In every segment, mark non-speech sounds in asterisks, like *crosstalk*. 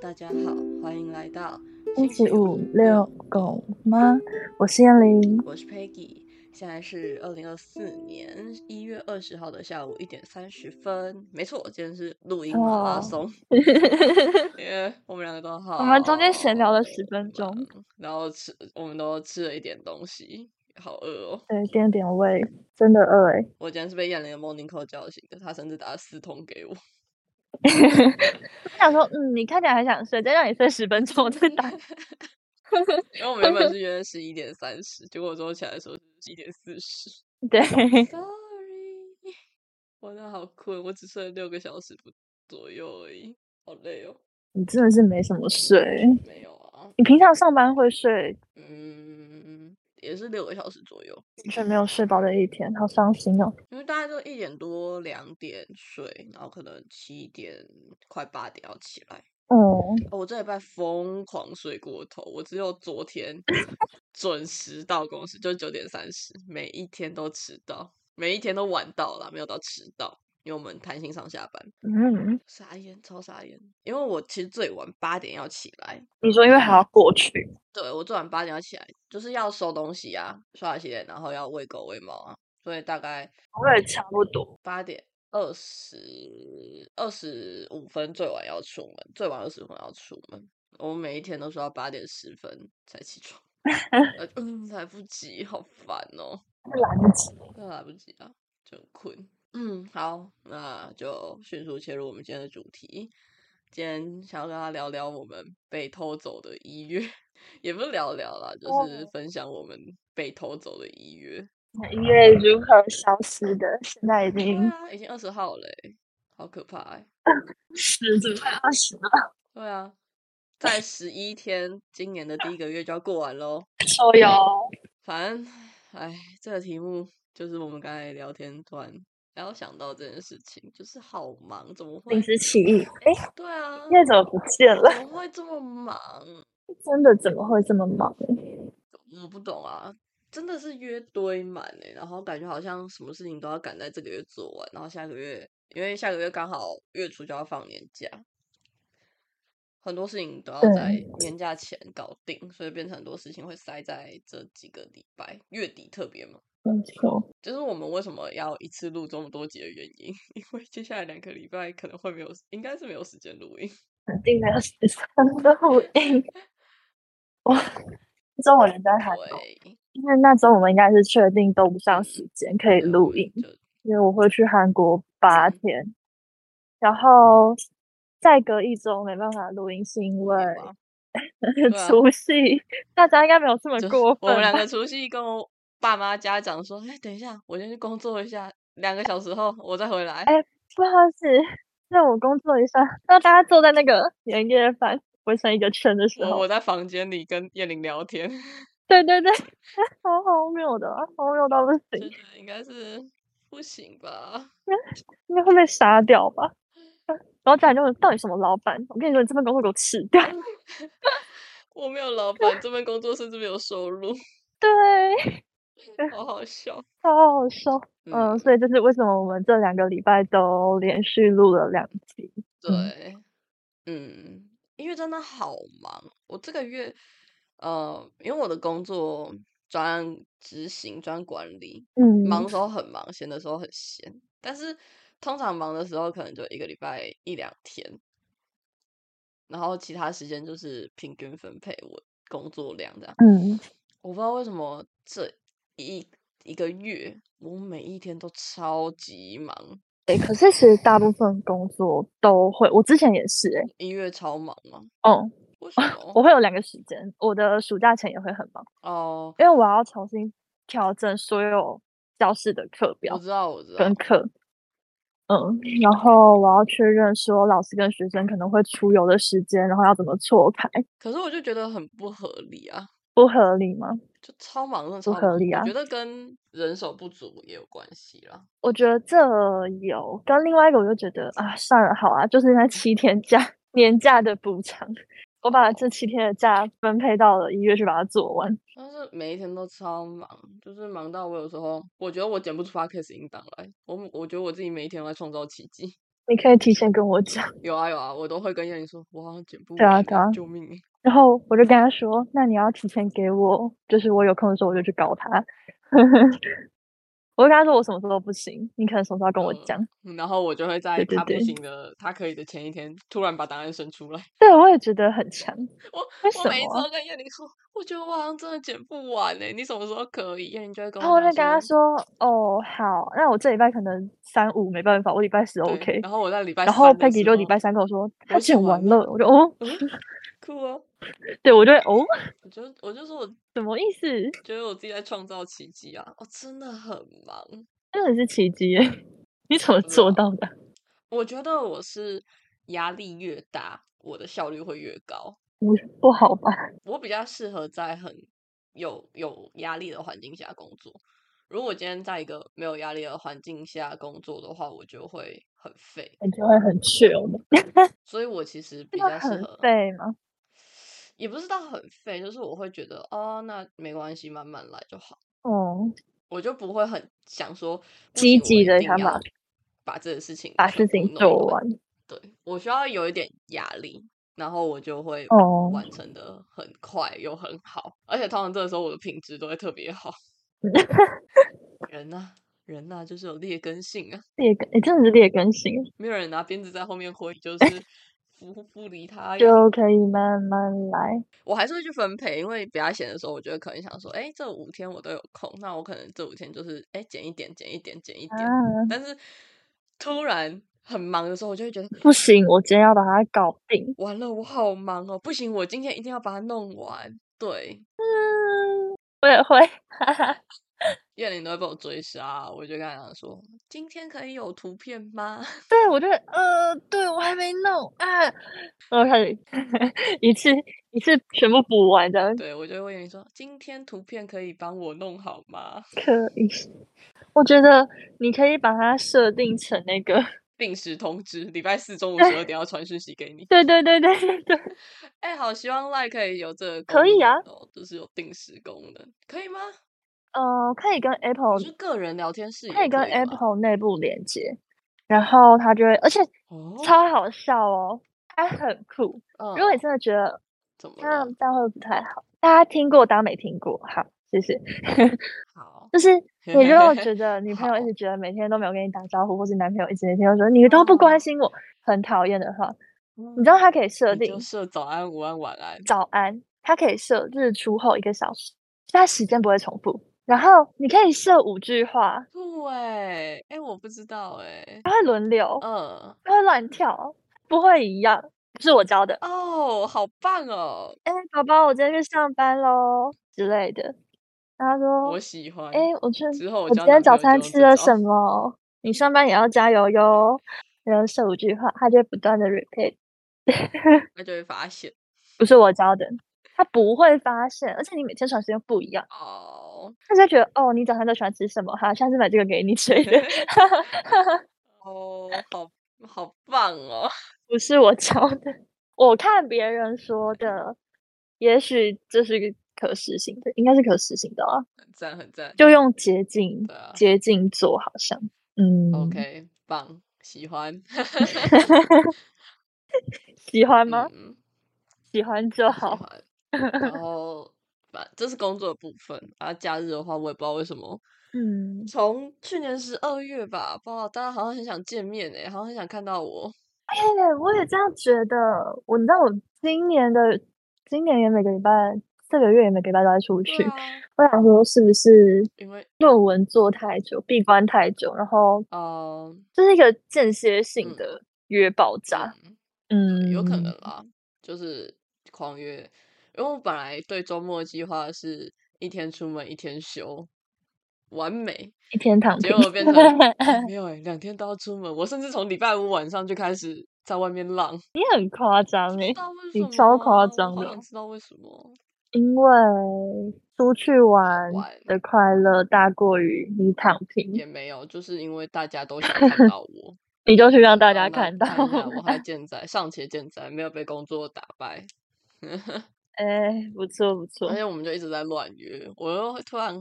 大家好，欢迎来到星期五遛狗吗？我是燕玲，我是 Peggy，现在是二零二四年一月二十号的下午一点三十分。没错，今天是录音马拉松， *laughs* 因为我们两个都好。我们中间闲聊了10分钟忙，然后吃，我们都吃了一点东西，好饿哦。对，垫点胃，真的饿哎、我今天是被燕玲的 morning call 叫醒的，她甚至打了四通给我。我想说，嗯，你看起来很想睡，再让你睡十分钟，我再 *laughs* 打。因为我们原本是约十一点三十，结果我说起来的时候是一点四十。对， Sorry，我那好困，我只睡了六个小时不左右而已，好累哦。 *laughs* 你真的是没什么睡。没有啊，你平常上班会睡，嗯，也是六个小时左右，却没有睡饱的一天，好伤心哦。因为大概就一点多、两点睡，然后可能七点快八点要起来。嗯，哦，我这礼拜疯狂睡过头，我只有昨天准时到公司，就九点三十，每一天都迟到，每一天都晚到啦，没有到迟到，因为我们弹性上下班。嗯，傻眼，超傻眼！因为我其实最晚八点要起来，你说因为还要过去，对我最晚八点要起来，就是要收东西啊，刷牙洗脸，然后要喂狗喂猫啊，所以大概我也差不多。八点二十二十五分最晚要出门，最晚二十分要出门。我每一天都说要八点十分才起床， *laughs* 呃嗯，来不及，好烦哦。来不及，那来不及啊，就很困。嗯，好，那就迅速切入我们今天的主题。今天想要跟大家聊聊我们被偷走的一月， *laughs* 也不是聊聊啦，就是分享我们被偷走的一月。音乐如何消失的？现在已对经啊，已经二十号嘞、好可怕哎、十怎么快二十了？对啊，在十一天，今年的第一个月就要过完喽。手游，反正，哎，这个题目就是我们刚才聊天突然然后想到这件事情，就是好忙，怎么会临？时起意，哎、对啊，叶怎么不见了？ *laughs* 怎么会这么忙？真的怎么会这么忙？欸我不懂啊，真的是约堆满哎、然后感觉好像什么事情都要赶在这个月做完，然后下个月，因为下个月刚好月初就要放年假，很多事情都要对在年假前搞定，所以变成很多事情会塞在这几个礼拜，月底特别忙。没错，就是我们为什么要一次录这么多集的原因， *laughs* 因为接下来两个礼拜可能会没有，应该是没有时间录音。肯定没有十三的录音。我这周我人在韩国，对，因为那周我们应该是确定都不上时间可以对录我音，就因为我会去韩国八天，然后再隔一周没办法录音，是因为对 *laughs* 吧啊除夕，大家应该没有这么就过我们分两吧。个除夕跟我爸妈家长说：“哎，等一下，我先去工作一下，两个小时后我再回来。哎不好意思，让我工作一下，让大家坐在那个年夜饭围成一个圈的时我”候，我在房间里跟叶玲聊天，对对 *laughs* 对，好荒谬的，荒谬到不行 *laughs* 真。的应该是不行吧？应该会被杀掉吧？然后家里就问到底什么老板？我跟你说，你这份工作给我辞掉。 *laughs* 我没有 *laughs* 老板，这份工作甚至没有收 *laughs* 入，对，好好笑。超好笑。嗯，所以这是为什么我们这两个礼拜都连续录了两集。对，嗯，因为真的好忙。我这个月，呃，因为我的工作专案执行、专案管理，嗯，忙的时候很忙，闲的时候很闲。但是通常忙的时候，可能就一个礼拜一两天，然后其他时间就是平均分配我工作量这样。嗯，我不知道为什么这一一个月，我每一天都超级忙，对。可是其实大部分工作都会，我之前也是哎、一月超忙吗？哦、为 *laughs* 什我么？会有两个时间，我的暑假前也会很忙，哦，因为我要重新调整所有教室的课表我。知道，我知道跟，课。嗯，然后我要确认说老师跟学生可能会出游的时间，然后要怎么错开，可是我就觉得很不合理啊，不合理吗？就超忙，真的超不合忙理啊我觉得跟人手不足也有关系啦。我觉得这有跟另外一个，我就觉得啊，算了，好啊，就是那七天假 *laughs* 年假的补偿，我把这七天的假分配到了一月去把它做完。但是每一天都超忙，就是忙到我有时候，我觉得我剪不出 podcast 音档来，我我觉得我自己每一天都在创造奇迹。 *laughs* 你可以提前跟我讲。有啊有啊，我都会跟燕妮说，我好像剪不对啊完对欸啊救命欸！ *laughs* 然后我就跟他说：“那你要提前给我，就是我有空的时候我就去搞他。 *laughs* 我就跟他说我什么时候不行，你可能什么时候要跟我嗯讲。然后我就会在对对他不对行的、他可以的前一天，突然把答案生出 *laughs* 来。对，我也觉得很强。我为我什每一么次啊都跟燕玲说，我觉得我好像真的剪不完哎、你什么时候可以？燕玲就会跟然后我我就讲跟他说：“哦，好，那我这礼拜可能三五没办法，我礼拜四对 OK。然后我在礼”拜然后三的 Peggy 时就礼候拜三跟我说他我剪剪完完了，我就哦， *laughs* 酷哦，对我就会哦，我就我就说我什么意思？觉得我自己在创造奇迹啊！我、真的很忙，真的是奇迹耶！你怎么知做道到的？我觉得我是压力越大，我的效率会越高。不不好吧？我比较适合在很有有压力的环境下工作。如果今天在一个没有压力的环境下工作的话，我就会很废。感觉会很 chill 吗？所以我其实比真的较适很合，废吗？也不是到很废，就是我会觉得哦，那没关系，慢慢来就好。哦，我就不会很想说不积行我极一地定想要把把这个事情把全事部情弄做完。对我需要有一点压力，然后我就会哦完成的很快又很好，而且通常这个时候我的品质都会特别 *laughs* 好。人呐、人呐、就是有劣根性啊，劣根，诶真的是劣根性，没有人拿鞭子在后面挥，就是不不理他呀。就可以慢慢来。我还是会去分配，因为表演的时候，我觉得可能想说，哎，这五天我都有空，那我可能这五天就是哎减一点，减一点，减一点。啊但是突然很忙的时候，我就会觉得不行，我今天要把它搞定。完了，我好忙哦，不行，我今天一定要把它弄完。对，嗯， *laughs* 我也会，哈哈。叶玲都会被我追杀，我就跟她讲说，今天可以有图片吗？ *laughs* 对，我就会呃，对我还没弄啊，然后开 *laughs* 始一次一次全部补完这样对我就会问叶玲说，今天图片可以帮我弄好吗？可以。我觉得你可以把它设定成那 *laughs* 个，定时通知，礼拜四中午十二点要传讯息给你。对对对对对对，哎、好，希望 Line 可以有这个可功以能啊哦，就是有定时功能，可以吗？呃，可以跟我 Apple 是个人聊天室也可以跟吗 Apple 内部连接，然后它就会，而且哦，超好笑哦，它很酷。嗯如果你嗯真的觉得怎么这样了？这样会不太好，大家听过当没听过，好，谢谢。好，就是 *laughs* 你如果得觉得女朋友一好直觉得每天都没有跟你打招呼，或是男朋友一直每天都说你都不哦关心我，很讨厌的话，你你知道它可以设嗯你就定设早安、午安、晚安，早安，它可以设日出后一个小时，它时间不会重复。然后你可以设五句话，酷哎、哎、我不知道哎、它会轮流，嗯，它会乱跳，不会一样。不是我教的，哦，好棒哦，哎、宝宝，我今天去上班喽之类的。然后他说我，喜欢。哎、我去之后我我交今天男早朋友餐就用吃这了招什么？你上班也要加油哟。然后这五句话，他就会不断的 repeat。那就会发现不是我教的，他不会发现，而且你每天传时间不一样，哦他就觉得哦，你早上都喜欢吃什么？好，下次买这个给你之 *laughs* 类的。哦，好好棒哦，不是我教的，我看别人说的，也许这是个可实行的，应该是可实行的啊。很赞很赞，就用捷径对啊捷径做，好像嗯 OK，棒，喜欢，喜欢吗？嗯喜欢就喜哦好。欢 *laughs* 然后，把这是工作的部分。然后假日的话，我也不知道为什么，嗯，从去年十二月吧，不知道大家好像很想见面欸诶、好像很想看到我。哎、我也这样觉得。我你知道，我今年的今年也每个礼拜，这个月也每个礼拜都在出对去。啊，我想说，是不是因为论文做太久，闭关太久，然后呃，这是一个间歇性嗯的约爆炸。嗯嗯，有可能啦，就是狂约。因为我本来对周末计划是一天出门一天休，完 *laughs* 美。一天躺平结。果变成、哎没有哎、两天都要出门。我甚至从礼拜五晚上就开始在外面 *laughs* 浪，你 *laughs* 很夸张不知哎，道为你什超夸么啊张我的嗯好想知道为什么。因为出去玩玩的快乐大过于你躺也平，没有，就是因为大 *laughs* 家都想看到我，你就去让大然家后呢看到。一下我还健在，尚且健在，没有被工作打败。 *laughs* 哎，不错不错而，且我们就一直在乱约，我又会突然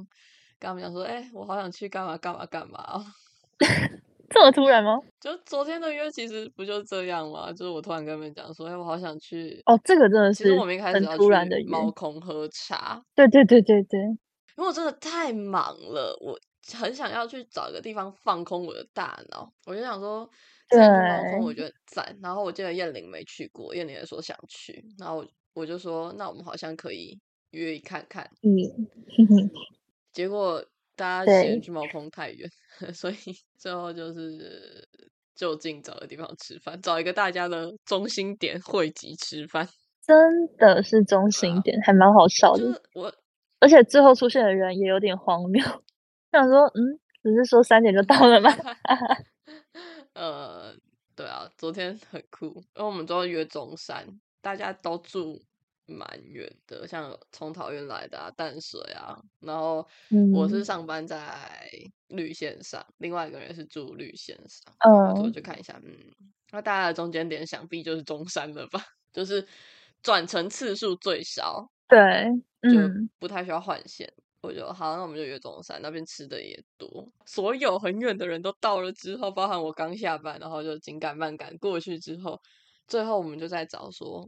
跟他们讲说，哎、我好想去干嘛干嘛干嘛哦。这么突然吗？就昨天的约其实不就这样吗？就是我突然跟他们讲说，哎、我好想去。哦，这个真的其实是我们一开很始要突然去的约猫空喝茶，对对对对对，因为我真的太忙了，我很想要去找一个地方放空我的大脑。我就想说，这去猫空我觉得很赞。然后我记得燕玲没去过，燕玲也说想去，然后我我就说，那我们好像可以约看看。嗯，结果大家对嫌去猫空太远， *laughs* 所以最后就是就近找个地方吃饭，找一个大家的中心点汇集吃饭。真的是中心啊点，还蛮好笑就的。是我而且最后出现的人也有点荒谬， *laughs* 想说，嗯，只是说三点就到了吗？呃，对啊，昨天很酷，因为我们都约中山，大家都住蛮远的，像从桃园来的啊，淡水啊，然后我是嗯上班在绿线上，另外一个人是住绿线上，所以我 *laughs* 嗯，就看一下，嗯，那大家的中间点想必就是中山了吧， *laughs* 就是转乘次数最少，对，就嗯，不太需要换线。我就好，那我们就约中山那边吃的也多，所有很远的人都到了之后，包含我刚下班，然后就紧赶慢赶过去之后，最后我们就在找说，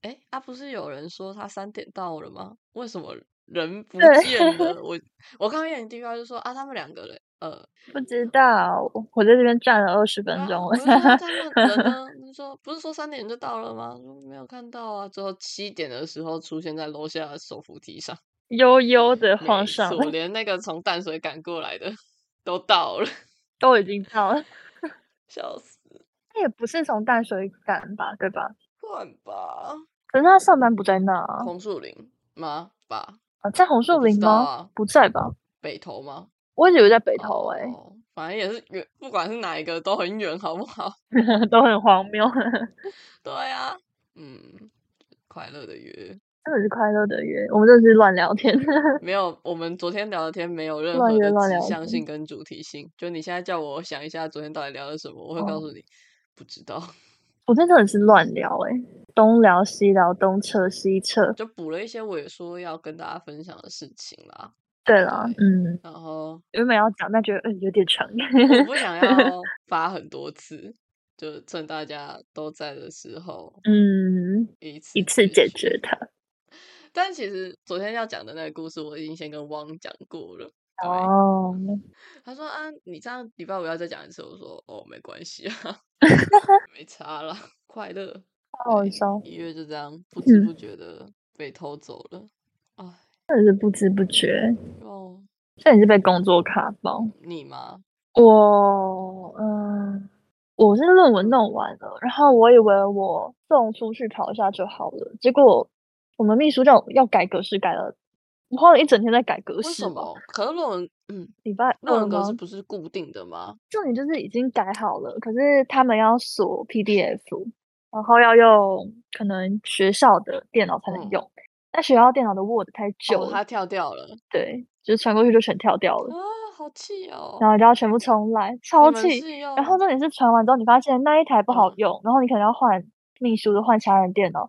哎、啊，不是有人说他三点到了吗？为什么人不对见 *laughs* 了？我我刚眼地方就说啊，他们两个人，呃，不知道，我在这边站了二十分啊钟我了就，说 *laughs* 那他们人呢？就说不是说三点就到了吗？说没有看到啊。最后七点的时候出现在楼下的手扶梯上。悠悠的没晃上错，来，连那个从淡水赶过来的都到了，都已经到了。笑死！他也不是从淡水赶吧，对吧？换吧，可是他上班不在那啊，红树林吗？吧，啊在红我树不知林道吗？啊，不在吧？北投吗？我一直以为在北投哎、哦，反正也是远，不管是哪一个都很远，好不好？ *laughs* *laughs* 都很荒谬，对啊，嗯，快乐的约真的是快乐的约，我们真的是乱聊天。 *laughs* 没有，我们昨天聊的天没有任乱何约的乱指聊向天性跟主题性，就你现在叫我想一下昨天到底聊了什么，我会告哦诉你，不知道， *laughs* 我真的很是乱聊哎、东聊西聊，东扯西扯。就补了一些我也说要跟大家分享的事情啦，对啦，嗯，然 *laughs* 后。原本要讲，但觉得嗯有点长。 *laughs* 我不想要发很多次，就趁大家都在的时候嗯，一次一次解决决。它。但其实昨天要讲的那个故事，我已经先跟汪讲过了。对，哦，他说啊，你这样礼拜五要再讲一次。我说哦，没关系 *laughs* 啊，没差啦，快乐。好好笑，一月就这样不知嗯不觉的被偷走了。哎，真的是不知不觉。哦，所以你是被工作卡包？你吗？我嗯，我是论文弄完了，然后我以为我送出去跑一下就好了，结果我们秘书叫我要改格式，改了，我花了一整天在改格为式什吧。么？可是论文，嗯，礼拜论二文格吗式？不是固定的吗？重点就是已经改好了，可是他们要锁 PDF，然后要用可能学校的电脑才嗯能用，但学校电脑的 Word 太旧哦，了，他跳掉了对，就是传过去就全跳掉了，啊，好气哦。然后就要全部重来，你超们气。是用然后重点是传完之后，你发现那一台不好嗯用，然后你可能要换秘书的换其他人电脑，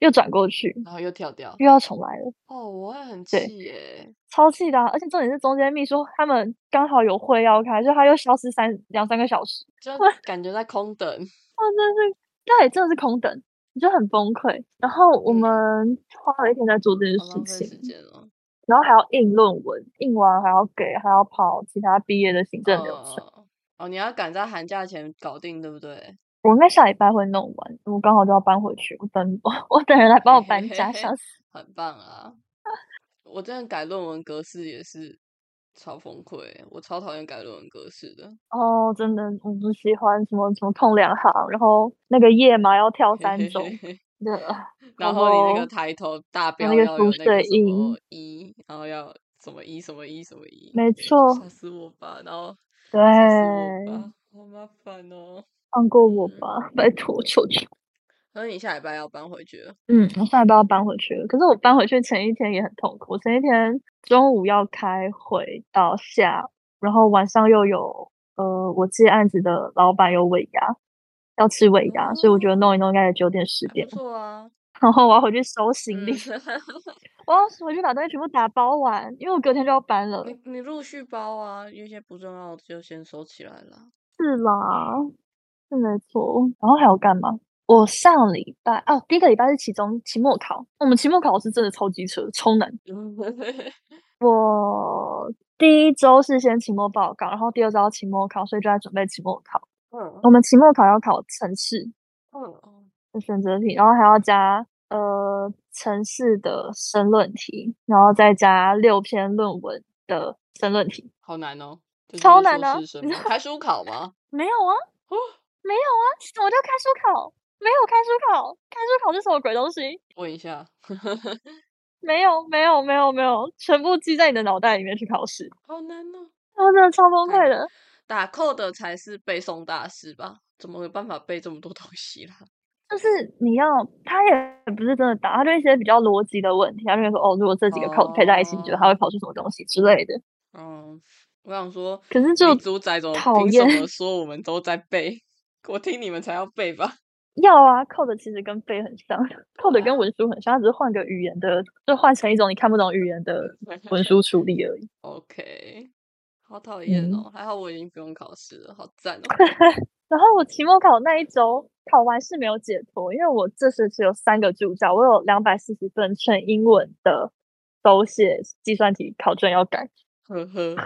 又转过去，然后又跳掉。又要重来了，哦，我会很对气耶！超气的啊、而且重点是中间秘书他们刚好有会要开，所以他又消失三两三个小时， *laughs* 就感觉在空等。哇，真的是，对，真的是空等，你就很崩溃。然后我嗯们花了一天在做这件好事浪费时情，间哦。然后还要印论文，印完还要给，还要跑其他毕业的行政流程。哦哦，你要赶在寒假前搞定，对不对？我应该下礼拜会弄完，我刚好就要搬回去，我等 *laughs* 我我等人来帮我搬家，笑 *laughs* 死。很棒啊！ *laughs* 我真的改论文格式也是超崩溃，我超讨厌改论文格式的。哦，真的，我不喜欢什么什么空两行，然后那个页码要跳 *laughs* 三种对，啊然然后你那个后抬头大那标个要有浮那个水什么印一，然后要什么一什么一什么一，哎没吓错，死我吧！然后对，吓死我吧，好麻烦哦。放过我吧，拜托，求求。那你下礼拜要搬回去了？嗯，我下礼拜要搬回去了。可是我搬回去前一天也很痛苦，我前一天中午要开会到下午，然后晚上又有呃，我接案子的老板有尾牙，要吃尾牙，所以我觉得弄一弄应该也九点十还点不，错啊，然后我要回去收行 *laughs* 李，嗯我要回去把东西全部打包嗯完，因为我隔天就要搬了。你你陆续包啊，有一些不重要的就先收起来了。是啦，是没错。然后还有干嘛？我上礼拜哦，第一个礼拜是期中期末考，我们期末考是真的超级扯，超难。嗯我第一周是先期末报告，然后第二周要期末考，所以就在准备期末考。嗯我们期末考要考城市嗯的选择题，然后还要加呃城市的申论题，然后再加六篇论文的申论题。好难哦，这超就是难的硕士生吗开书考吗？没有啊，哦没有啊，什么叫开书考？没有开书考，开书考是什么鬼东西？问一下，没有，没有，没有，没有，全部记在你的脑袋里面去考试，好难哦。我真的超崩太溃难的。打扣的才是背诵大师吧？怎么有办法背这么多东西啦？就是你要，他也不是真的答，他就一些比较逻辑的问题，他就会说哦，如果这几个扣配在一起，你觉得他会跑出什么东西之类的。嗯，我想说，可是就民族仔怎么讨凭什厌么说我们都在背？ *laughs* 我听你们才要背吧？要啊，扣的其实跟背很像，扣的啊跟文书很像，它只是换个语言的，就换成一种你看不懂语言的嗯文书处理而已。 OK，好讨厌嗯哦！还好我已经不用考试了，好 *laughs* 赞哦！然后我期末考那一周考完是没有解脱，因为我这学期有三个助教，我有两百四十份全英文的手写计算题考卷要改。呵呵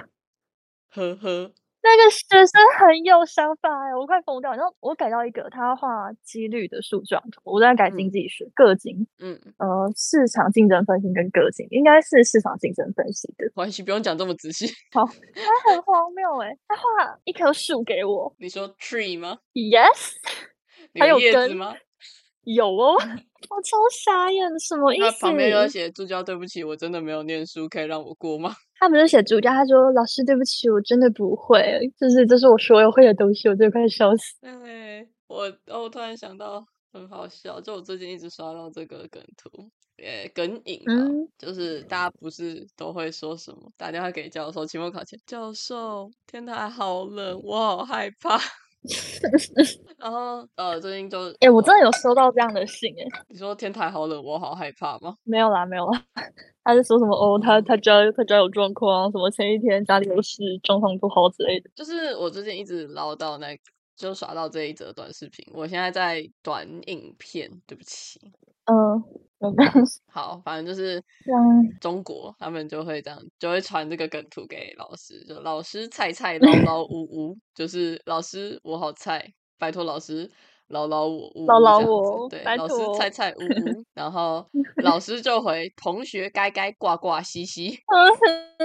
呵呵，那个学生很有想法哎，我快疯掉。然后我改到一个，他画几率的树状图，我在改嗯经济学、个经，嗯，呃，市场竞争分析跟个经，应该是市场竞争分析的。关系不用讲这么仔细。 *laughs* 他很荒谬哎，他画一棵树给我你说 tree 吗？ ，yes， *laughs* 你还有叶子根吗？有 *laughs* 哦，我超傻眼，什么意那思？旁边要写助教，对不起，我真的没有念书，可以让我过 *laughs* 吗？他们就写主教，他说：“老师，对不起，我真的不会，就是这是我所有会的东西，我真的快笑死。哎，我哦，我突然想到，很好笑，就我最近一直刷到这个梗图，呃，梗影啊，嗯 *laughs* 就是大家不是都会说什么打电话给教授，期末考前，教授，天台好冷，我好害怕。然后呃，最近就”哎、我呃真的有收到这样的信哎、你说天台好冷，我好害怕吗？没有啦，没 *laughs* 有啦。他是说什么哦，他他家他家有状况，什么前一天家里有事，状况不好之类的。就是我最近一直唠叨那，就刷到这一则短视频，我现在在短影片，对不起。嗯，嗯好，反正就是这样中国他们就会这样，就会传这个梗图给老师，就老师菜 *laughs* 菜唠唠呜呜，就是老师我好菜，拜托老师唠唠我呜呜唠唠这样子我哦对，拜老师托菜菜 *laughs* 呜呜，然后老师就回同学该该挂挂嘻嘻， *laughs*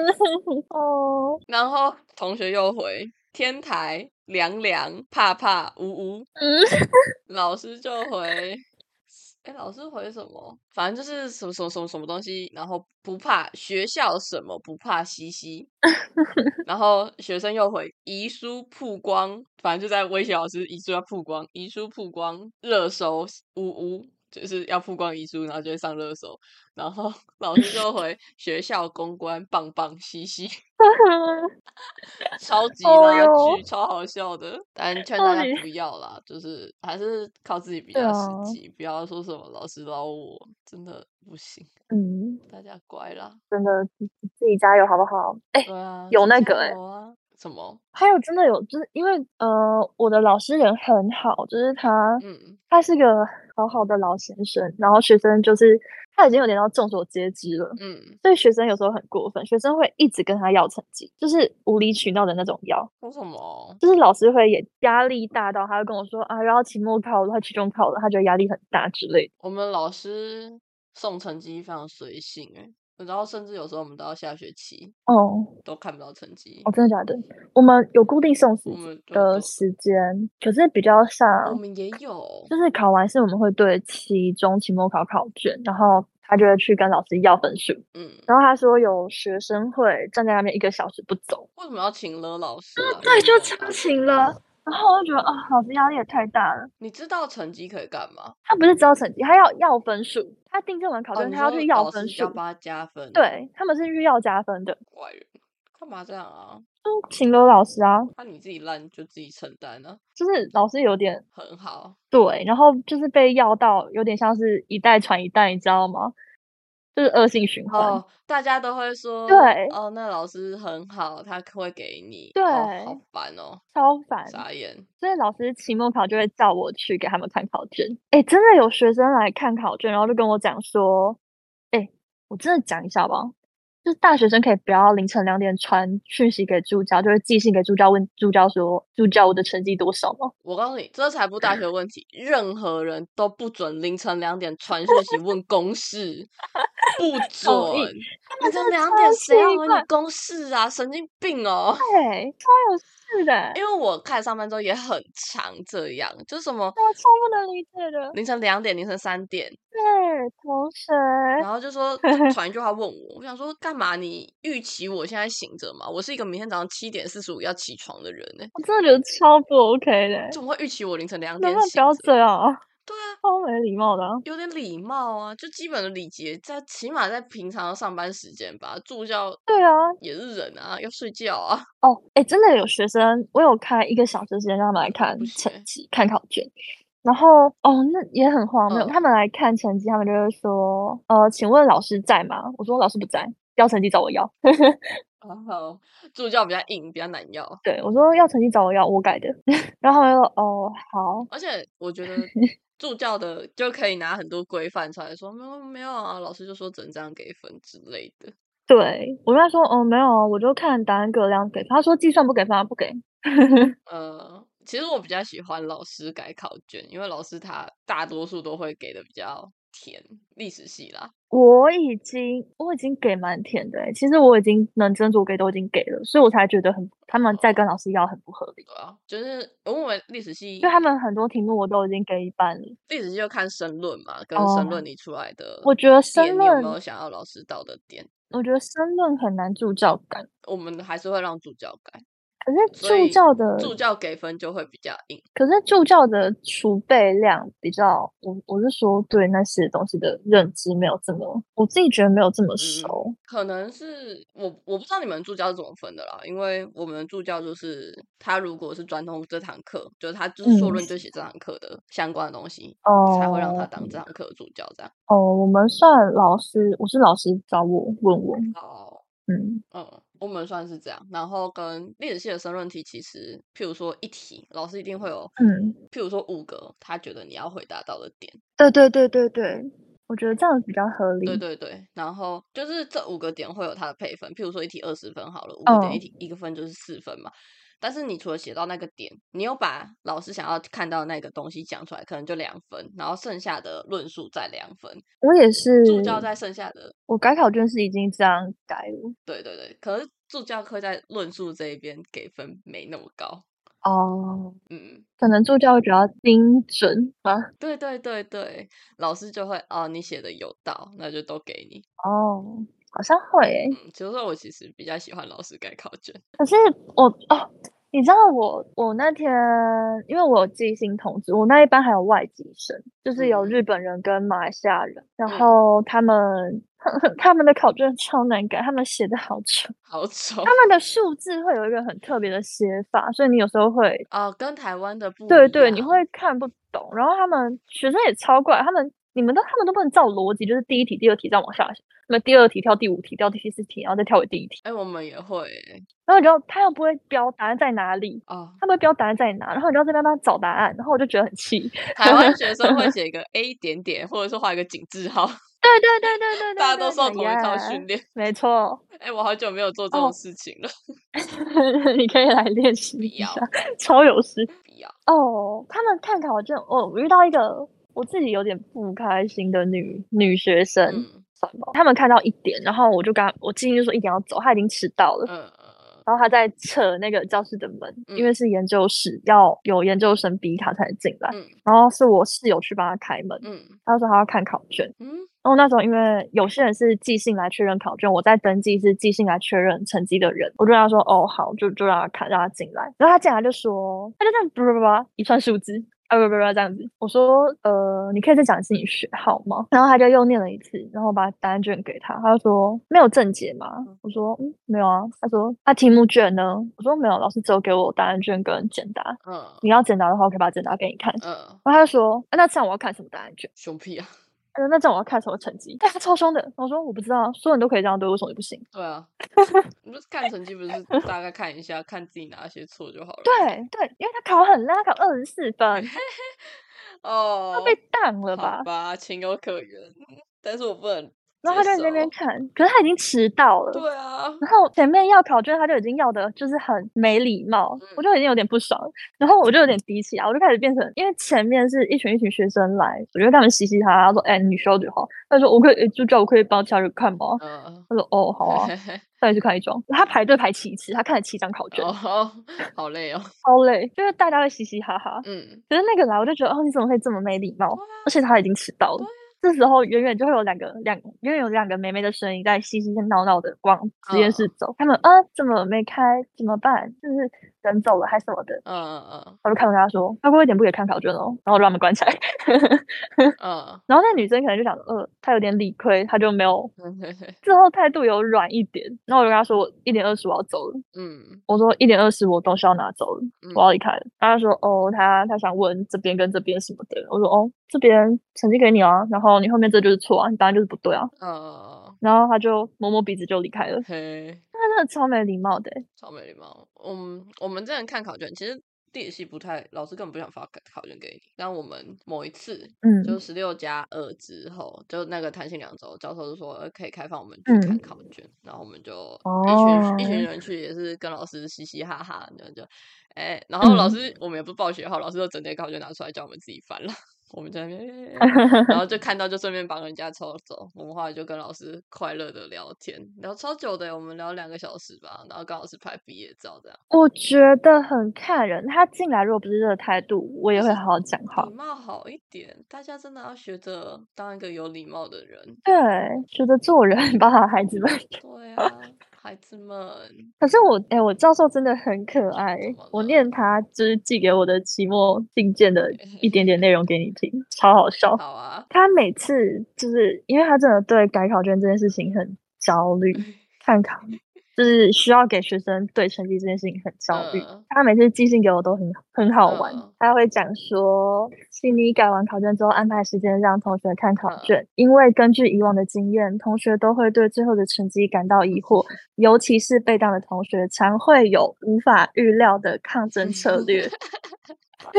哦，然后同学又回天台凉凉怕怕呜呜，嗯，老师就回，哎，老师回什么？反正就是什么什么什么什么东西，然后不怕学校什么不怕嘻嘻，然后学生又回遗书曝光，反正就在威胁老师遗书要曝光，遗书曝光热搜呜呜，就是要曝光遗书，然后就会上热搜，然后 *laughs* 老师就回学校公关棒棒嘻嘻，超级哦拉哟锯，超好笑的。但劝到大家底不要啦，就是还是靠自己比对较啊实际，不要说什么老师捞我，真的不行。嗯，大家乖啦，真的自己加油好不好？哎、对啊，有自己那加个欸油啊，什么？还有真的有，就是因为呃，我的老师人很好，就是他，嗯，他是个好好的老先生，然后学生就是他已经有点到众所皆知了，嗯，所以学生有时候很过分，学生会一直跟他要成绩，就是无理取闹的那种要，说什么？哦就是老师会也压力大到他会跟我说啊，然后期末考了，他期中考了，他觉得压力很大之类的。我们老师送成绩非常随性诶、然后甚至有时候我们到下学期哦，都看不到成绩哦，。真的假的？我们有固定送时我嗯们就的都时间，可是比较我像们也有，就是考完试，我们会对期中、期末考考卷，然后他就会去跟老师要分数。嗯，然后他说有学生会站在那边一个小时不走，为什么要请了老师啊？对，真就的超勤了。然后我就觉得啊、老师压力也太大了。你知道成绩可以干嘛？他不是只要成绩，他要要分数。他订正完考哦，卷，你他要说去要老分师要数。帮他加分，，对，他们是去要加分的。怪人，干嘛这样啊？就请了老师啊，那、你自己烂就自己承担啊，就是老师有点很好，对，然后就是被要到有点像是一代传一代，你知道吗？就是恶性循环。哦，大家都会说，对哦，那老师很好，他会给你，对哦好烦哦，超烦，傻眼，所以老师期末考就会叫我去给他们看考卷。哎，真的有学生来看考卷，然后就跟我讲说：“哎，我真的讲一下吧，就是大学生可以不要凌晨两点传讯息给助教，就是寄信给助教问助教说，助教我的成绩多少吗？我告诉你，这才不大学问题，任何人都不准凌晨两点传讯息问公事，不 *laughs* 同意准。他凌晨们真的两超点谁要奇回怪你公事啊？神经病哦！对，超有事的，欸因为我看上班族也很常这样，就是什么我超不能理解的。凌晨两点、凌晨三点，对，同学，然后就说 *laughs* 就传一句话问我，我想说干嘛？你预期我现在醒着吗？我是一个明天早上七点四十五要起床的人呢、我真的觉得超不 OK 的，怎么会预期我凌晨两能点不能不醒要着？这样啊？对啊，超没礼貌的啊、有点礼貌啊，就基本的礼节，在起码在平常的上班时间吧，助教对啊，也是人啊，要睡觉 *laughs* 啊。哦，哎，真的有学生，我有开一个小时时间让他们来看不成行绩、看考卷，然后哦，那也很荒谬，嗯他们来看成绩，他们就会说，呃，请问老师在吗？我说老师不在，要成绩找我要。 *laughs* 然后 *laughs* 助教比较硬，比较难要，对，我说要成绩找我要，我改的。 *laughs* 然后他们就说，哦，好，而且我觉得 *laughs* 助教的就可以拿很多规范出来说，没有没有啊，老师就说只能这样给分之类的。对我跟他说，哦，没有啊，我就看答案各量给，他说计算不给分，他不给。呃，其实我比较喜欢老师改考卷，因为老师他大多数都会给的比较甜，历史系啦。我已经我已经给蛮甜的欸，其实我已经能斟酌给都已经给了，所以我才觉得很他们在跟老师要很不合理。对啊，就是因为我们历史系就他们很多题目我都已经给一半了。历史系就看申论嘛，跟哦申论你出来的，我觉得申你有没论有想要老师到的点，我觉得申论很难助教改，我们还是会让助教改，可是所助以教的，助教给分就会比较硬。可是助教的储备量比较，我我是说对那些东西的认知没有这么，我自己觉得没有这嗯么熟。可能是我我不知道你们助教是怎么分的啦，因为我们助教就是他如果是专通这堂课，就是他就是硕嗯论就写这堂课的相关的东西，才会让他哦当这堂课的助教这样。哦，我们算老师，我是老师找我问我，哦，嗯，嗯，我们算是这样。然后跟历史系的申论题，其实譬如说一题，老师一定会有，嗯，譬如说五个他觉得你要回答到的点。对对对对对，我觉得这样比较合理。对对对，然后就是这五个点会有它的配分，譬如说一题二十分好了，五个点一嗯题、一个分就是四分嘛。但是你除了写到那个点，你又把老师想要看到那个东西讲出来，可能就两分，然后剩下的论述再两分，我也是，助教在剩下的，我改考卷是已经这样改了。对对对，可是助教课在论述这一边给分没那么高，哦，嗯，可能助教比较精准吧。对对对对，老师就会哦，你写的有道，那就都给你，哦，好像会诶、嗯，所以说我其实比较喜欢老师改考卷，可是我哦，你知道我我那天，因为我有寄信通知，我那一班还有外籍生，就是有嗯日本人跟马来西亚人，然嗯后他们 *laughs* 他们的考卷超难改，他们写的好丑，好丑。他们的数字会有一个很特别的写法，所以你有时候会哦，跟台湾的不对一对，你样会看不懂。然后他们学生也超怪，他们你们都他们都不能照逻辑，就是第一题、第二题这样往下写，那么第二题跳第五题，跳第四题，然后再跳回第一题。哎、我们也会欸然后你知道他又不会标答案在哪里，。哦他们会标答案在哪，然后你要在那边帮他找答案，然后我就觉得很气。 *laughs* 台湾学生会写一个 A 点点，或者是画一个井字号，对对对对对对，大家都对受对同一套 yeah，训练。没错， *laughs* 哎、我好久没有做这种哦事情了。你可以来练习不一要下， *laughs* 超有事不要，哦。他们看考卷，哦，我遇到一个我自己有点不开心的女女学生，嗯算吧，他们看到一点，然后我就跟他，我进去就说一点要走，他已经迟到了。嗯嗯然后他在扯那个教室的门，因为是研究室，要有研究生 B 卡才能进来。嗯然后是我室友去帮他开门，嗯他说他要看考卷。嗯然后哦那时候因为有些人是寄信来确认考卷，我在登记是寄信来确认成绩的人，我就跟他说哦好，就就让他看，让他进来。然后他进来就说，他就这样叭叭叭一串数字。啊不不不，这样子，我说呃，你可以再讲一次你学号吗？然后他就又念了一次，然后把答案卷给他，他就说没有正解吗？我说嗯没有啊。他说那、题目卷呢？我说没有，老师只有给我答案卷跟简答。嗯你要简答的话，我可以把简答给你看。嗯，然后他就说、啊那这样我要看什么答案卷？熊屁啊！他说那这样我要看什么成绩？但他超凶的。我说我不知道，啊所有人都可以这样对，为什么你不行？对啊， *laughs* 你不是看成绩，不是大概看一下，看自己哪些错就好了。对对，因为他考很烂，他考二十四分，哦，他被当了哎吧好？吧，情有可原，但是我不能接受。然后他就在那边看，可是他已经迟到了。对啊，然后前面要考卷，他就已经要的就是很没礼貌，我就已经有点不爽，然后我就有点低气压，我就开始变成，因为前面是一群一群学生来，我觉得他们嘻嘻哈哈说，哎、你修就好，他说我可以，就叫我可以帮其他人看吗？嗯，他说 *laughs* 哦，好 *laughs* 啊，带你去看一张。他排队排七次，他看了七张考卷，哦，好累哦，超累，就是大家会嘻嘻哈哈。嗯，可是那个来，我就觉得哦，你怎么会这么没礼貌对？啊而且他已经迟到了对。啊这时候远远就会有两个两远远有两个妹妹的声音在嘻嘻闹闹的往实嗯验室走。他们啊，怎么没开？怎么办？就是人走了还什么的。嗯嗯我就看着他说，他过一点不给看考卷哦，然后我就把他们关起来。 *laughs* 嗯然后那女生可能就想，呃，她有点理亏，她就没有嗯之后态度有软一点。然后我就跟她说，我一点二十我要走了。嗯，我说一点二十我东西要拿走了，我嗯要离开了。然后他说哦，他他想问这边跟这边什么的。我说哦，这边成绩给你啊，然后你后面这就是错啊，你答案就是不对啊。嗯，然后他就摸摸鼻子就离开了，嘿，他真的超没礼貌的欸、超没礼貌。我们我们之前看考卷，其实地理系不太，老师根本不想发考考卷给你。但我们某一次嗯，就十六加二之后，就那个弹性两周，教授就说呃可以开放我们去嗯看考卷，然后我们就一群、一群哦人去，也是跟老师嘻嘻哈哈，然后就哎、然后老嗯师、我们也不报学号，老师就整叠考卷拿出来叫我们自己翻了，我们在那边、哎然 *laughs* 后就看到就顺便帮人家抽走，我们后来就跟老师快乐的聊天，聊超久的，我们聊两个小时吧，然后跟老师拍毕业照这样，我觉得很看人。他进来如果不是这个态度，我也就会是好好讲话礼。貌好一点，大家真的要学着当一个有礼貌的人。对，觉得做人 *laughs* 吧，孩子们。对啊，孩子们，可是我，哎、我教授真的很可爱欸。么我了念他就是寄给我的期末信 *laughs* 件的一点点内容给你听，超好笑。好 *laughs* 啊，他每次就是因为他真的对改考卷这件事情很焦虑，嗯看考就是需要给学生对成绩这件事情很焦虑。嗯他每次寄信给我都很很好玩，嗯他会讲说，请你改完考卷之后安排时间让同学看考嗯卷，因为根据以往的经验，同学都会对最后的成绩感到疑 *laughs* 惑，尤其是被当的同学常会有无法预料的抗争策略。 *laughs* *laughs*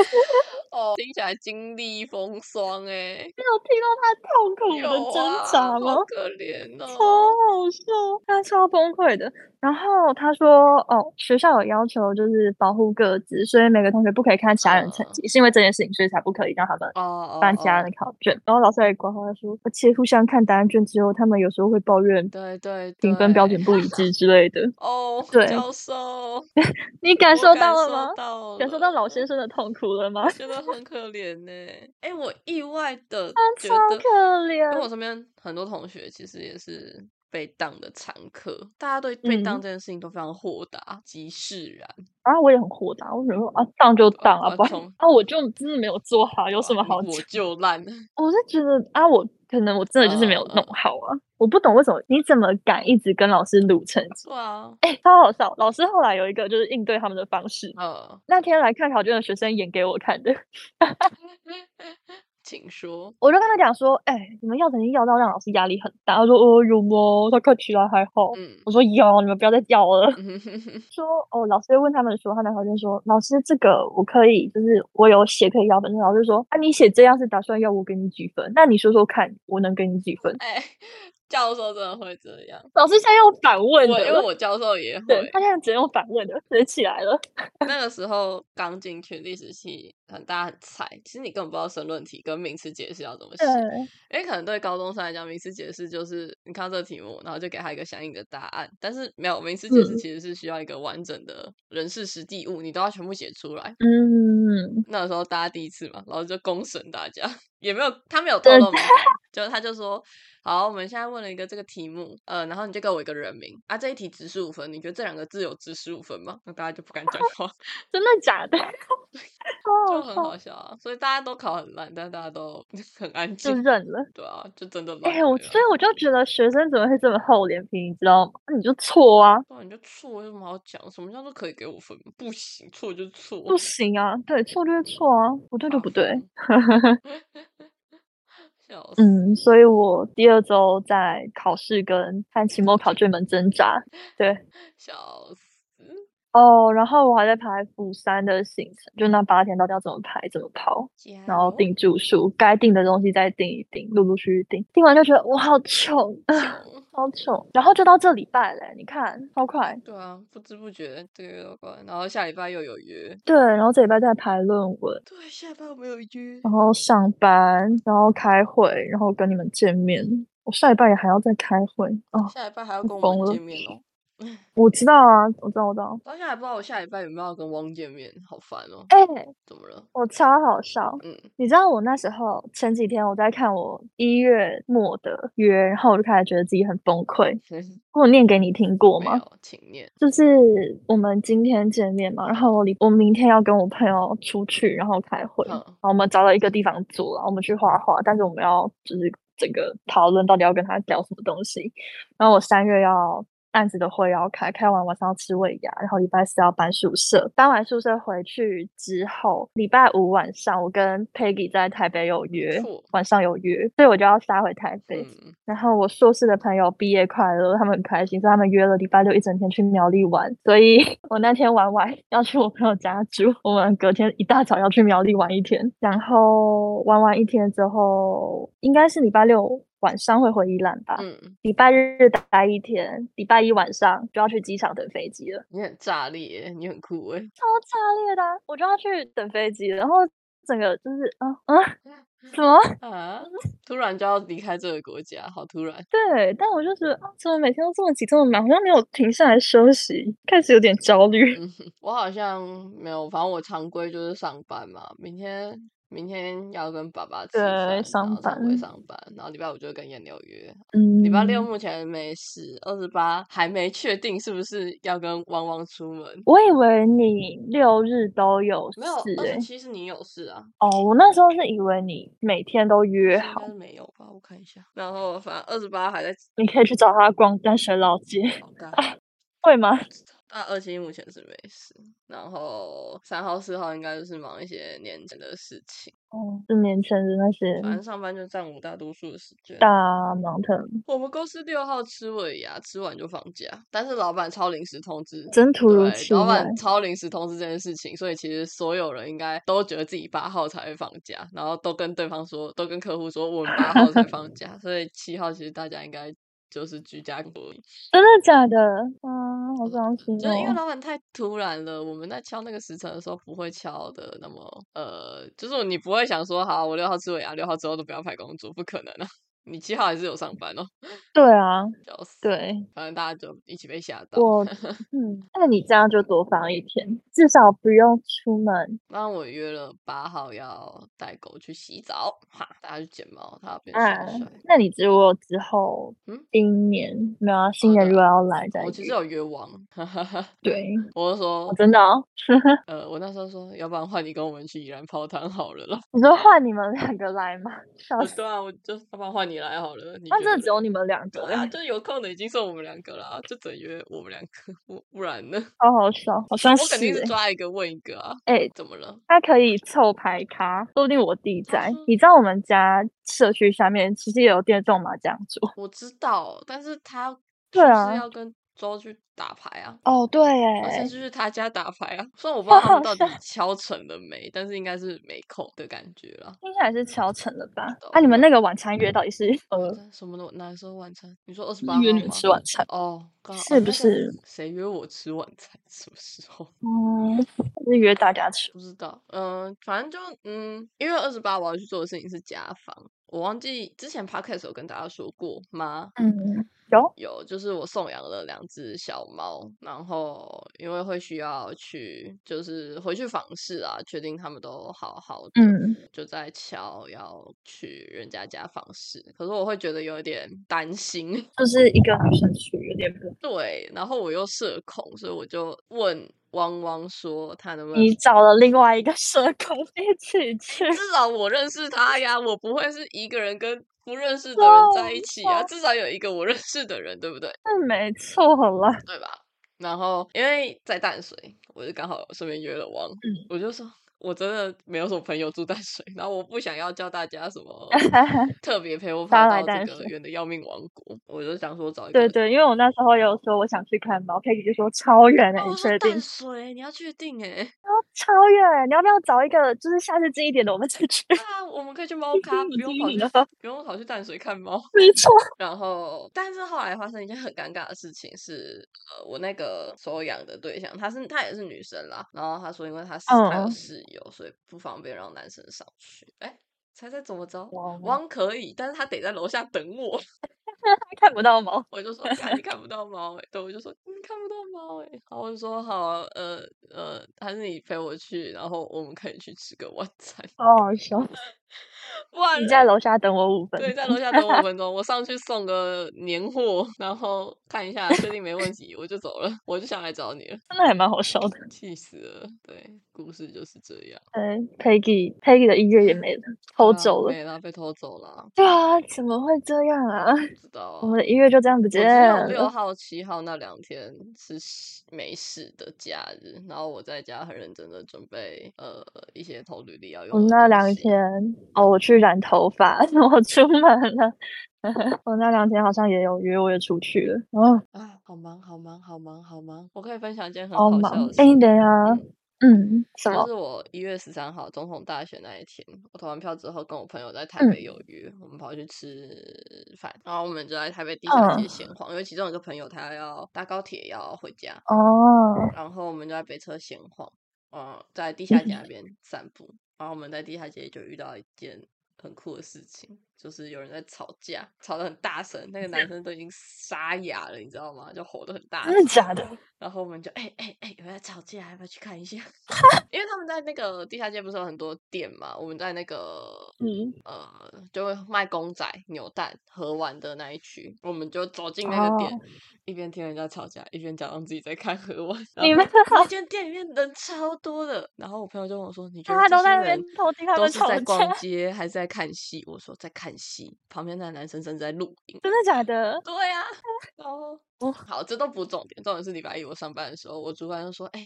哦，听起来经历风霜哎、你有听到他痛苦有的啊，挣扎哦吗？好可怜超哦，好笑，他超崩溃的。然后他说：“哦，学校有要求，就是保护各自，所以每个同学不可以看其他人成绩，是因为这件事情，所以才不可以让他们哦嗯哦，翻其他哦人的考卷。”然后老师还管他说：“而且互相看答案卷之后，他们有时候会抱怨对对对，评分标准不一 *laughs* 致之类的。哦，对教授，你感我受到了吗？到感受到老了先生的痛苦了吗？觉得很可怜呢、哎、我意外的觉啊超得，可因为我怜。身边很多同学其实也是被当的常客，大家对被当嗯这件事情都非常豁达及释然。然啊后我也很豁达，我想说啊，当就啊当啊，啊不然从啊，我就真的没有做好，有什么啊好讲我？就烂，我是觉得啊，我可能我真的就是没有弄嗯好啊，我不懂为什么你怎么敢一直跟老师撸成 *laughs* 绩？对啊，哎、超好笑！老师后来有一个就是应对他们的方式，呃，那天来看考卷的学生演给我看的，请说，我就跟他讲说，哎、你们要成绩要到让老师压力很大。他说，哦，有吗？他看起来还好。嗯，我说有，你们不要再叫了。 *laughs* 嗯 *laughs* 说哦，老师问他们说，他拿考卷说，老师这个我可以，就是我有写可以要分数。老师说，啊，你写这样是打算要我给你几分？那你说说看，我能给你几分？哎，教授真的会这样，老师现在用反我问的因为了，我教授也对会，他现在只用反问的，直接起来了。那个时候刚进去历史系，很大家很菜，其实你根本不知道申论题跟名词解释要怎么写对，，因为可能对高中生来讲，名词解释就是你看到这个题目，然后就给他一个相应的答案，但是没有名词解释嗯其实是需要一个完整的人事实地物，你都要全部写出来。嗯，那时候大家第一次嘛，老师就公审大家，也没有他没有透真露名字，就是他就说，好，我们现在问了一个这个题目，呃，然后你就给我一个人名啊，这一题值十五分，你觉得这两个字有值十五分吗？那大家就不敢 *laughs* 讲话，真的假的？ *laughs* 哦就超很好好笑，笑啊。所以大家都考很烂，但大家 *laughs* 都很安就静，认了。对啊，就真的烂哎、了我啦所以我就觉得学生怎么会这么厚脸皮，你知道吗？那你就错啊，对啊，你就错有什么好讲？什么叫做可以给我分？不行，错就是错，啊 *laughs* 不行啊，对，错就是错啊，不对就麻不对。烦。 *laughs* 笑死。嗯，所以我第二周在考试跟和期末考卷们挣扎。对，笑死！哦，然后我还在排釜山的行程，就那八天到底要怎么排、怎么跑，然后订住宿，该订的东西再订一订，陆陆续续订。订完就觉得我好穷， *laughs* 穷好穷。然后就到这礼拜嘞，你看，好快。对啊，不知不觉这个月都过了，然后下礼拜又有约。对，然后这礼拜在排论文，对，下礼拜我们有约。然后上班，然后开会，然后跟你们见面。我下礼拜也还要再开会哦。下礼拜还要我跟我疯们了见面哦。我知道啊，我知道，我知道。到现在还不知道我下礼拜有没有要跟汪见面，好烦哦！哎、怎么了？我超好笑。嗯，你知道我那时候前几天我在看我一月末的约，然后我就开始觉得自己很崩溃。我念给你听过没吗？有，请念。就是我们今天见面嘛，然后我礼我明天要跟我朋友出去，然后开会，嗯然后我们找了一个地方坐，然后我们去画画，但是我们要就是整个讨论到底要跟他聊什么东西。然后我三月要案子的会要开，开完晚上要吃尾牙，然后礼拜四要搬宿舍，搬完宿舍回去之后，礼拜五晚上我跟 Peggy 在台北有约错，晚上有约，所以我就要杀回台北。嗯，然后我硕士的朋友毕业快乐，他们很开心，所以他们约了礼拜六一整天去苗栗玩。所以 *laughs* 我那天玩完要去我朋友家住，我们隔天一大早要去苗栗玩一天。然后玩完一天之后，应该是礼拜六晚上会回宜兰吧。嗯，礼拜日待一天，礼拜一晚上就要去机场等飞机了，你很炸裂，你很酷 *laughs* 哎！超炸裂的啊、我就要去等飞机了，然后整个就是啊啊，什么？啊，突然就要离开这个国家，好突然。对，但我就觉得啊，怎么每天都这么急，这么忙，好像没有停下来休息，开始有点焦虑。我好像没有，反正我常规就是上班嘛。明天明天要跟爸爸吃对饭，上然后常规班上班，然后礼拜五就会跟颜柳约。嗯，礼拜六目前没事，二十八还没确定是不是要跟汪汪出门。我以为你六日都有事没有，二欸十七是你有事啊？哦，我那时候是以为你每天都约应好该，是没有吧？我看一下。然后反正二十八还在你可以去找他逛淡水老街， *laughs* 老大。会 *laughs* 吗？那二期目前是没事，然后三号、四号应该就是忙一些年前的事情，哦，是年前的那些反正上班就占我们大多数的时间。大忙腾，我们公司六号吃尾牙，吃完就放假，但是老板超临时通知，真突如对，其老来板。超临时通知这件事情，所以其实所有人应该都觉得自己八号才会放假，然后都跟对方说，都跟客户说我们八号才放 *laughs* 假，所以七号其实大家应该就是居家隔离。真的假的？啊，好伤心就是因为哦！老板太突然了，我们在敲那个时辰的时候不会敲的那么呃，就是你不会想说好，我六号吃尾牙，六号之后都不要排工作，不可能啊！你七号还是有上班哦，对啊，笑死。，对 *laughs* 反正大家就一起被吓到。 *laughs* 我，嗯，那你这样就多放一天，至少不用出门。那我约了八号要带狗去洗澡，哈，大家去剪毛，他要变帅啊帅。，那你如果之后嗯今年没有啊，新哦年对如果要来再我其实约有约王， *laughs* 哈哈哈，对，我就我说，真的哦。 *laughs* 呃，我那时候说，要不然换你跟我们去宜兰泡汤好了啦。你说换你们两个来吗？笑我 *laughs* 死！对啊，我就要不然换你来好了。你那觉真得的只有嘞你们两个对欸啊，，就有空的已经剩我们两个啦，就只约我们两个，不不然呢？好好笑，好像我肯定是是抓一个问一个啊。哎、欸怎么了？他可以凑牌咖，说不定我弟他在说。你知道我们家社区下面其实也有电动麻将桌我知道，但是他对就是啊要跟周去打牌啊，哦，对而且哎，就是他家打牌啊。虽然我不知道他们到好底敲成了没，但是应该是没空的感觉啦。听起来是敲成了吧道？啊，你们那个晚餐约到底是呃，什么的？哪时候晚餐？你说二十是八号约你们吗吃？晚餐？哦，刚好哦是不那个是谁约我吃晚餐？什么时候？嗯，是约大家吃。不知道，嗯、反正就嗯，因为二十八我要去做的事情是家访，我忘记之前 podcast 有跟大家说过吗？嗯，有有，就是我送养了两只小猫，然后因为会需要去，就是回去访视啊，确定它们都好好的，嗯就在敲要去人家家访视，可是我会觉得有一点担心， *laughs* 就是一个女生去，有点不。对，然后我又社恐，所以我就问汪汪说他能不能你找了另外一个 *laughs* 社工一起去，至少我认识他呀，我不会是一个人跟不认识的人在一起啊，对至少有一个我认识的人，对不对？是没错啦。对吧？然后因为在淡水，我就刚好顺便约了汪，嗯我就说我真的没有什么朋友住淡水，然后我不想要叫大家什 *laughs* 么特别陪我大跑家来到这淡个水远的要命王国，我就想说找一个对对，因为我那时候有说我想去看猫，Peggy 就说超远的、哦，你我说确定淡？水，你要确定哎、 *laughs* 超远，你要不要找一个就是下次近一点的我们再去？对啊，我们可以去猫咖，你不用记跑忆去了 *laughs* 不用跑去淡水看猫。没错，然后，但是后来发生一件很尴尬的事情是，呃，我那个收养的对象，她是她也是女生啦，然后她说，因为她是她有嗯室友，所以不方便让男生上去。哎，猜猜怎么着？哇哦汪可以，但是他得在楼下等我。 *laughs* *laughs* 看不到猫，我就说，看你看不到猫哎、对，我就说你看不到猫哎、然后我就说好啊，呃呃，还是你陪我去，然后我们可以去吃个晚餐，好好笑。不然 *laughs* 你嘞在楼下等我五分对，钟在楼下等我五分钟，我上去送个年货，然后看一下，确定没问题，我就走了，我就想来找你了，真的还蛮好笑的。气死了。对，故事就是这样，对，Peggy Peggy 的音乐也没了，偷啊走了。没了，被偷走了，对啊，怎么会这样啊？不知道啊。我们的音乐就这样不我只见有六了。号、七号那两天是事没事的假日，然后我在家很认真的准备呃一些投履历要我用的们那东两西，天哦，我去染头发， *laughs* 我出门了。 *laughs* 我那两天好像也有约，我也出去了。哦，啊，好忙，好忙，好忙，好忙。我可以分享一件很好好忙笑的。事哎、情。你等一下嗯，嗯，什就 *laughs* 么？是我一月十三号总统大选那一天，我投完票之后，跟我朋友在台嗯北有约，我们跑去吃饭，然后我们就在台北地下街嗯闲晃，因为其中有一个朋友他要搭高铁要回家，哦，然后我们就在北车闲晃，呃，在地下街那 *laughs* 边散步，然后我们在地下街就遇到一件很酷的事情，就是有人在吵架，吵得很大声，那个 *laughs* 男生都已经沙哑了，你知道吗？就吼得很大真的声，假的？然后我们就哎哎哎，有人在吵架，要不要去看一 *laughs* 下？因为他们在那个地下街不是有很多店嘛，我们在那个嗯，呃，就会卖公仔、扭蛋、盒玩的那一区，我们就走进那个店，哦一边听人家吵架，一边假装自己在看盒玩。然你后们 *laughs* 那间店里面人超多的，然后我朋友就问我说：“你觉大得家这都些在那人边偷听他都们是在吵逛架，街还是在看戏？”我说：“在看戏。”旁边那个男生正在录影。 *laughs* 真的假的？对呀、 *laughs* 然后哦好，这都不重点，重点是礼拜一我上班的时候，我主管就说：“哎、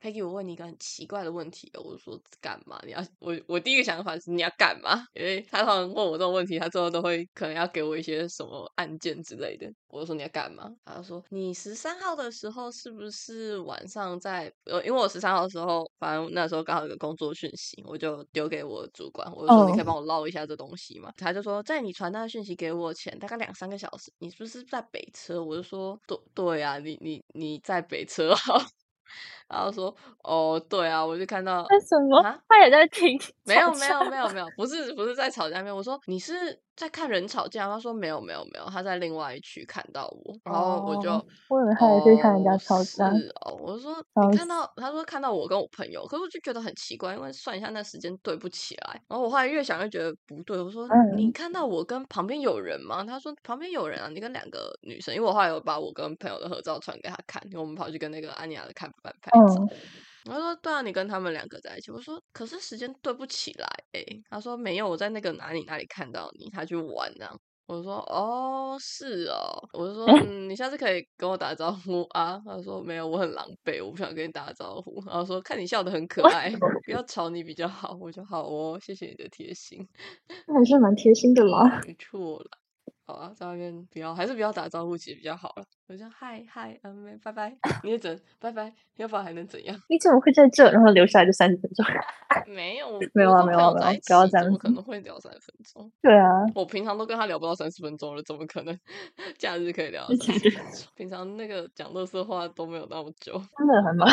p e g g y 我问你一个很奇怪的问题哦。”我说：“干嘛？你要我我第一个想法是你要干嘛？因为他通常问我这种问题，他最后都会可能要给我一些什么案件之类的。我就说你要干嘛？他就说你十三号的时候是不是晚上在？呃，因为我十三号的时候，反正那时候刚好有个工作讯息，我就丢给我主管，我就说你可以哦帮我捞一下这东西嘛。他就说在你传那个讯息给我前大概两三个小时，你是不是在北车？我就说对对啊，你你你在北车啊。然后说哦，对啊，我就看到为什么啊，他也在听没吵有没架有没有没有，不是不是在吵架面。我说你是在看人吵架吗？他说没有没有没有，他在另外一区看到我，然后我就哦，我以为他也是看人家哦吵是架，哦，我说你看笑死！到他说看到我跟我朋友，可是我就觉得很奇怪，因为算一下那时间对不起来。然后我后来越想越觉得不对，我说你嗯看到我跟旁边有人吗？他说旁边有人啊，你跟两个女生，因为我后来有把我跟朋友的合照传给他看，因为我们跑去跟那个安妮亚的看板拍照。嗯，我就说对啊，你跟他们两个在一起。我说可是时间对不起来诶、他说没有，我在那个哪里哪里看到你，他去玩这样。我说哦是哦，我就说嗯，你下次可以跟我打招呼啊。他说没有，我很狼狈，我不想跟你打招呼。然后说看你笑得很可爱，不要吵你比较好。我就好哦，谢谢你的贴心，那还是蛮贴心的 *laughs* 啦。没错啦。好啊，在外面不要，还是不要打招呼，其实比较好了。我就嗨嗨，嗯，没拜拜，你也整拜拜，要不然还能怎样？ *laughs* 你怎么会在这？然后留下来就三十分钟？没有，我没有啊，跟朋没有啊，友没有在啊一，不要起，这怎样么可子。能会聊三分钟？ *laughs* 对啊，我平常都跟他聊不到三十分钟了，怎么可能 *laughs* 假日可以聊到真三的十分钟？平常那个讲乐色话都没有那么久。真的很忙。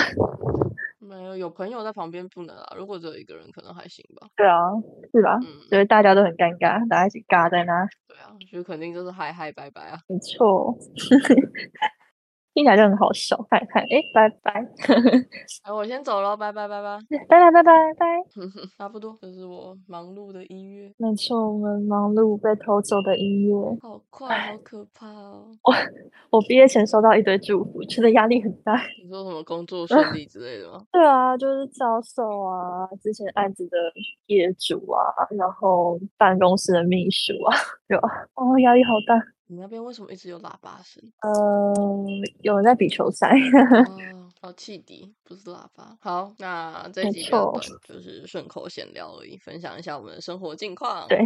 没有，有朋友在旁边不能啊。如果只有一个人，可能还行吧。对啊，是吧？嗯，所以大家都很尴尬，大家一起尬在那，对啊，就肯定就是嗨嗨拜拜啊。没错， *laughs* 听起来就很好笑。看一看，哎，拜拜， *laughs* 哎，我先走了，拜拜拜拜。拜拜，拜拜，拜。差不多，这是我忙碌的一月，没错，我们忙碌被偷走的音乐。好快，好可怕哦。我毕业前收到一堆祝福，觉得压力很大。 *laughs* 你说什么工作顺利之类的吗？对啊，就是教授啊，之前案子的业主啊，然后办公室的秘书啊， *laughs* 对吧？哦，压力好大。 *laughs* 你那边为什么一直有喇叭声？呃，有人在比球赛， *laughs* 啊，哦，汽笛不是喇叭。好，那这没集比较错短，就是顺口闲聊而已，分享一下我们的生活近况。 *laughs* 对，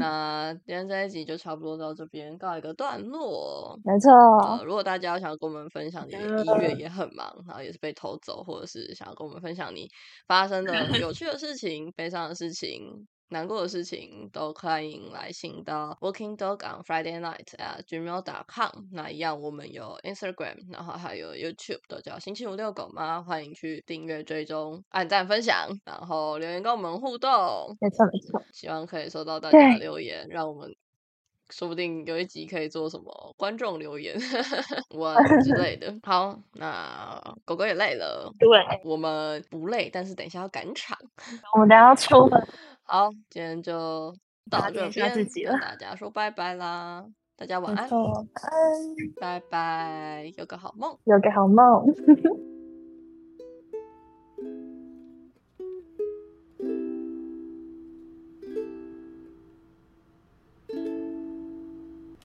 那今天这一集就差不多到这边告一个段落。没错，呃，如果大家想要跟我们分享你的一月也很忙，然后也是被偷走，或者是想要跟我们分享你发生的有趣的事情、悲伤的事情、难过的事情，都欢迎来信到 Working Dog on Friday Night at gmail.com。那一样，我们有 Instagram，然后还有 YouTube，都叫星期五遛狗吗？欢迎去订阅、追踪、按赞、分享，然后留言跟我们互动。没错，没错。希望可以收到大家的对留言，让我们说不定有一集可以做什么观众留 *laughs* 言 *laughs* 我之类的。好，那狗狗也累了，对，我们不累，但是等一下要赶场。我们等一下要出门，好，今天就到打这点一下边，自己跟了大家说拜拜啦，大家晚 *laughs* 没安，错，晚安拜拜，有个好梦。有个好梦。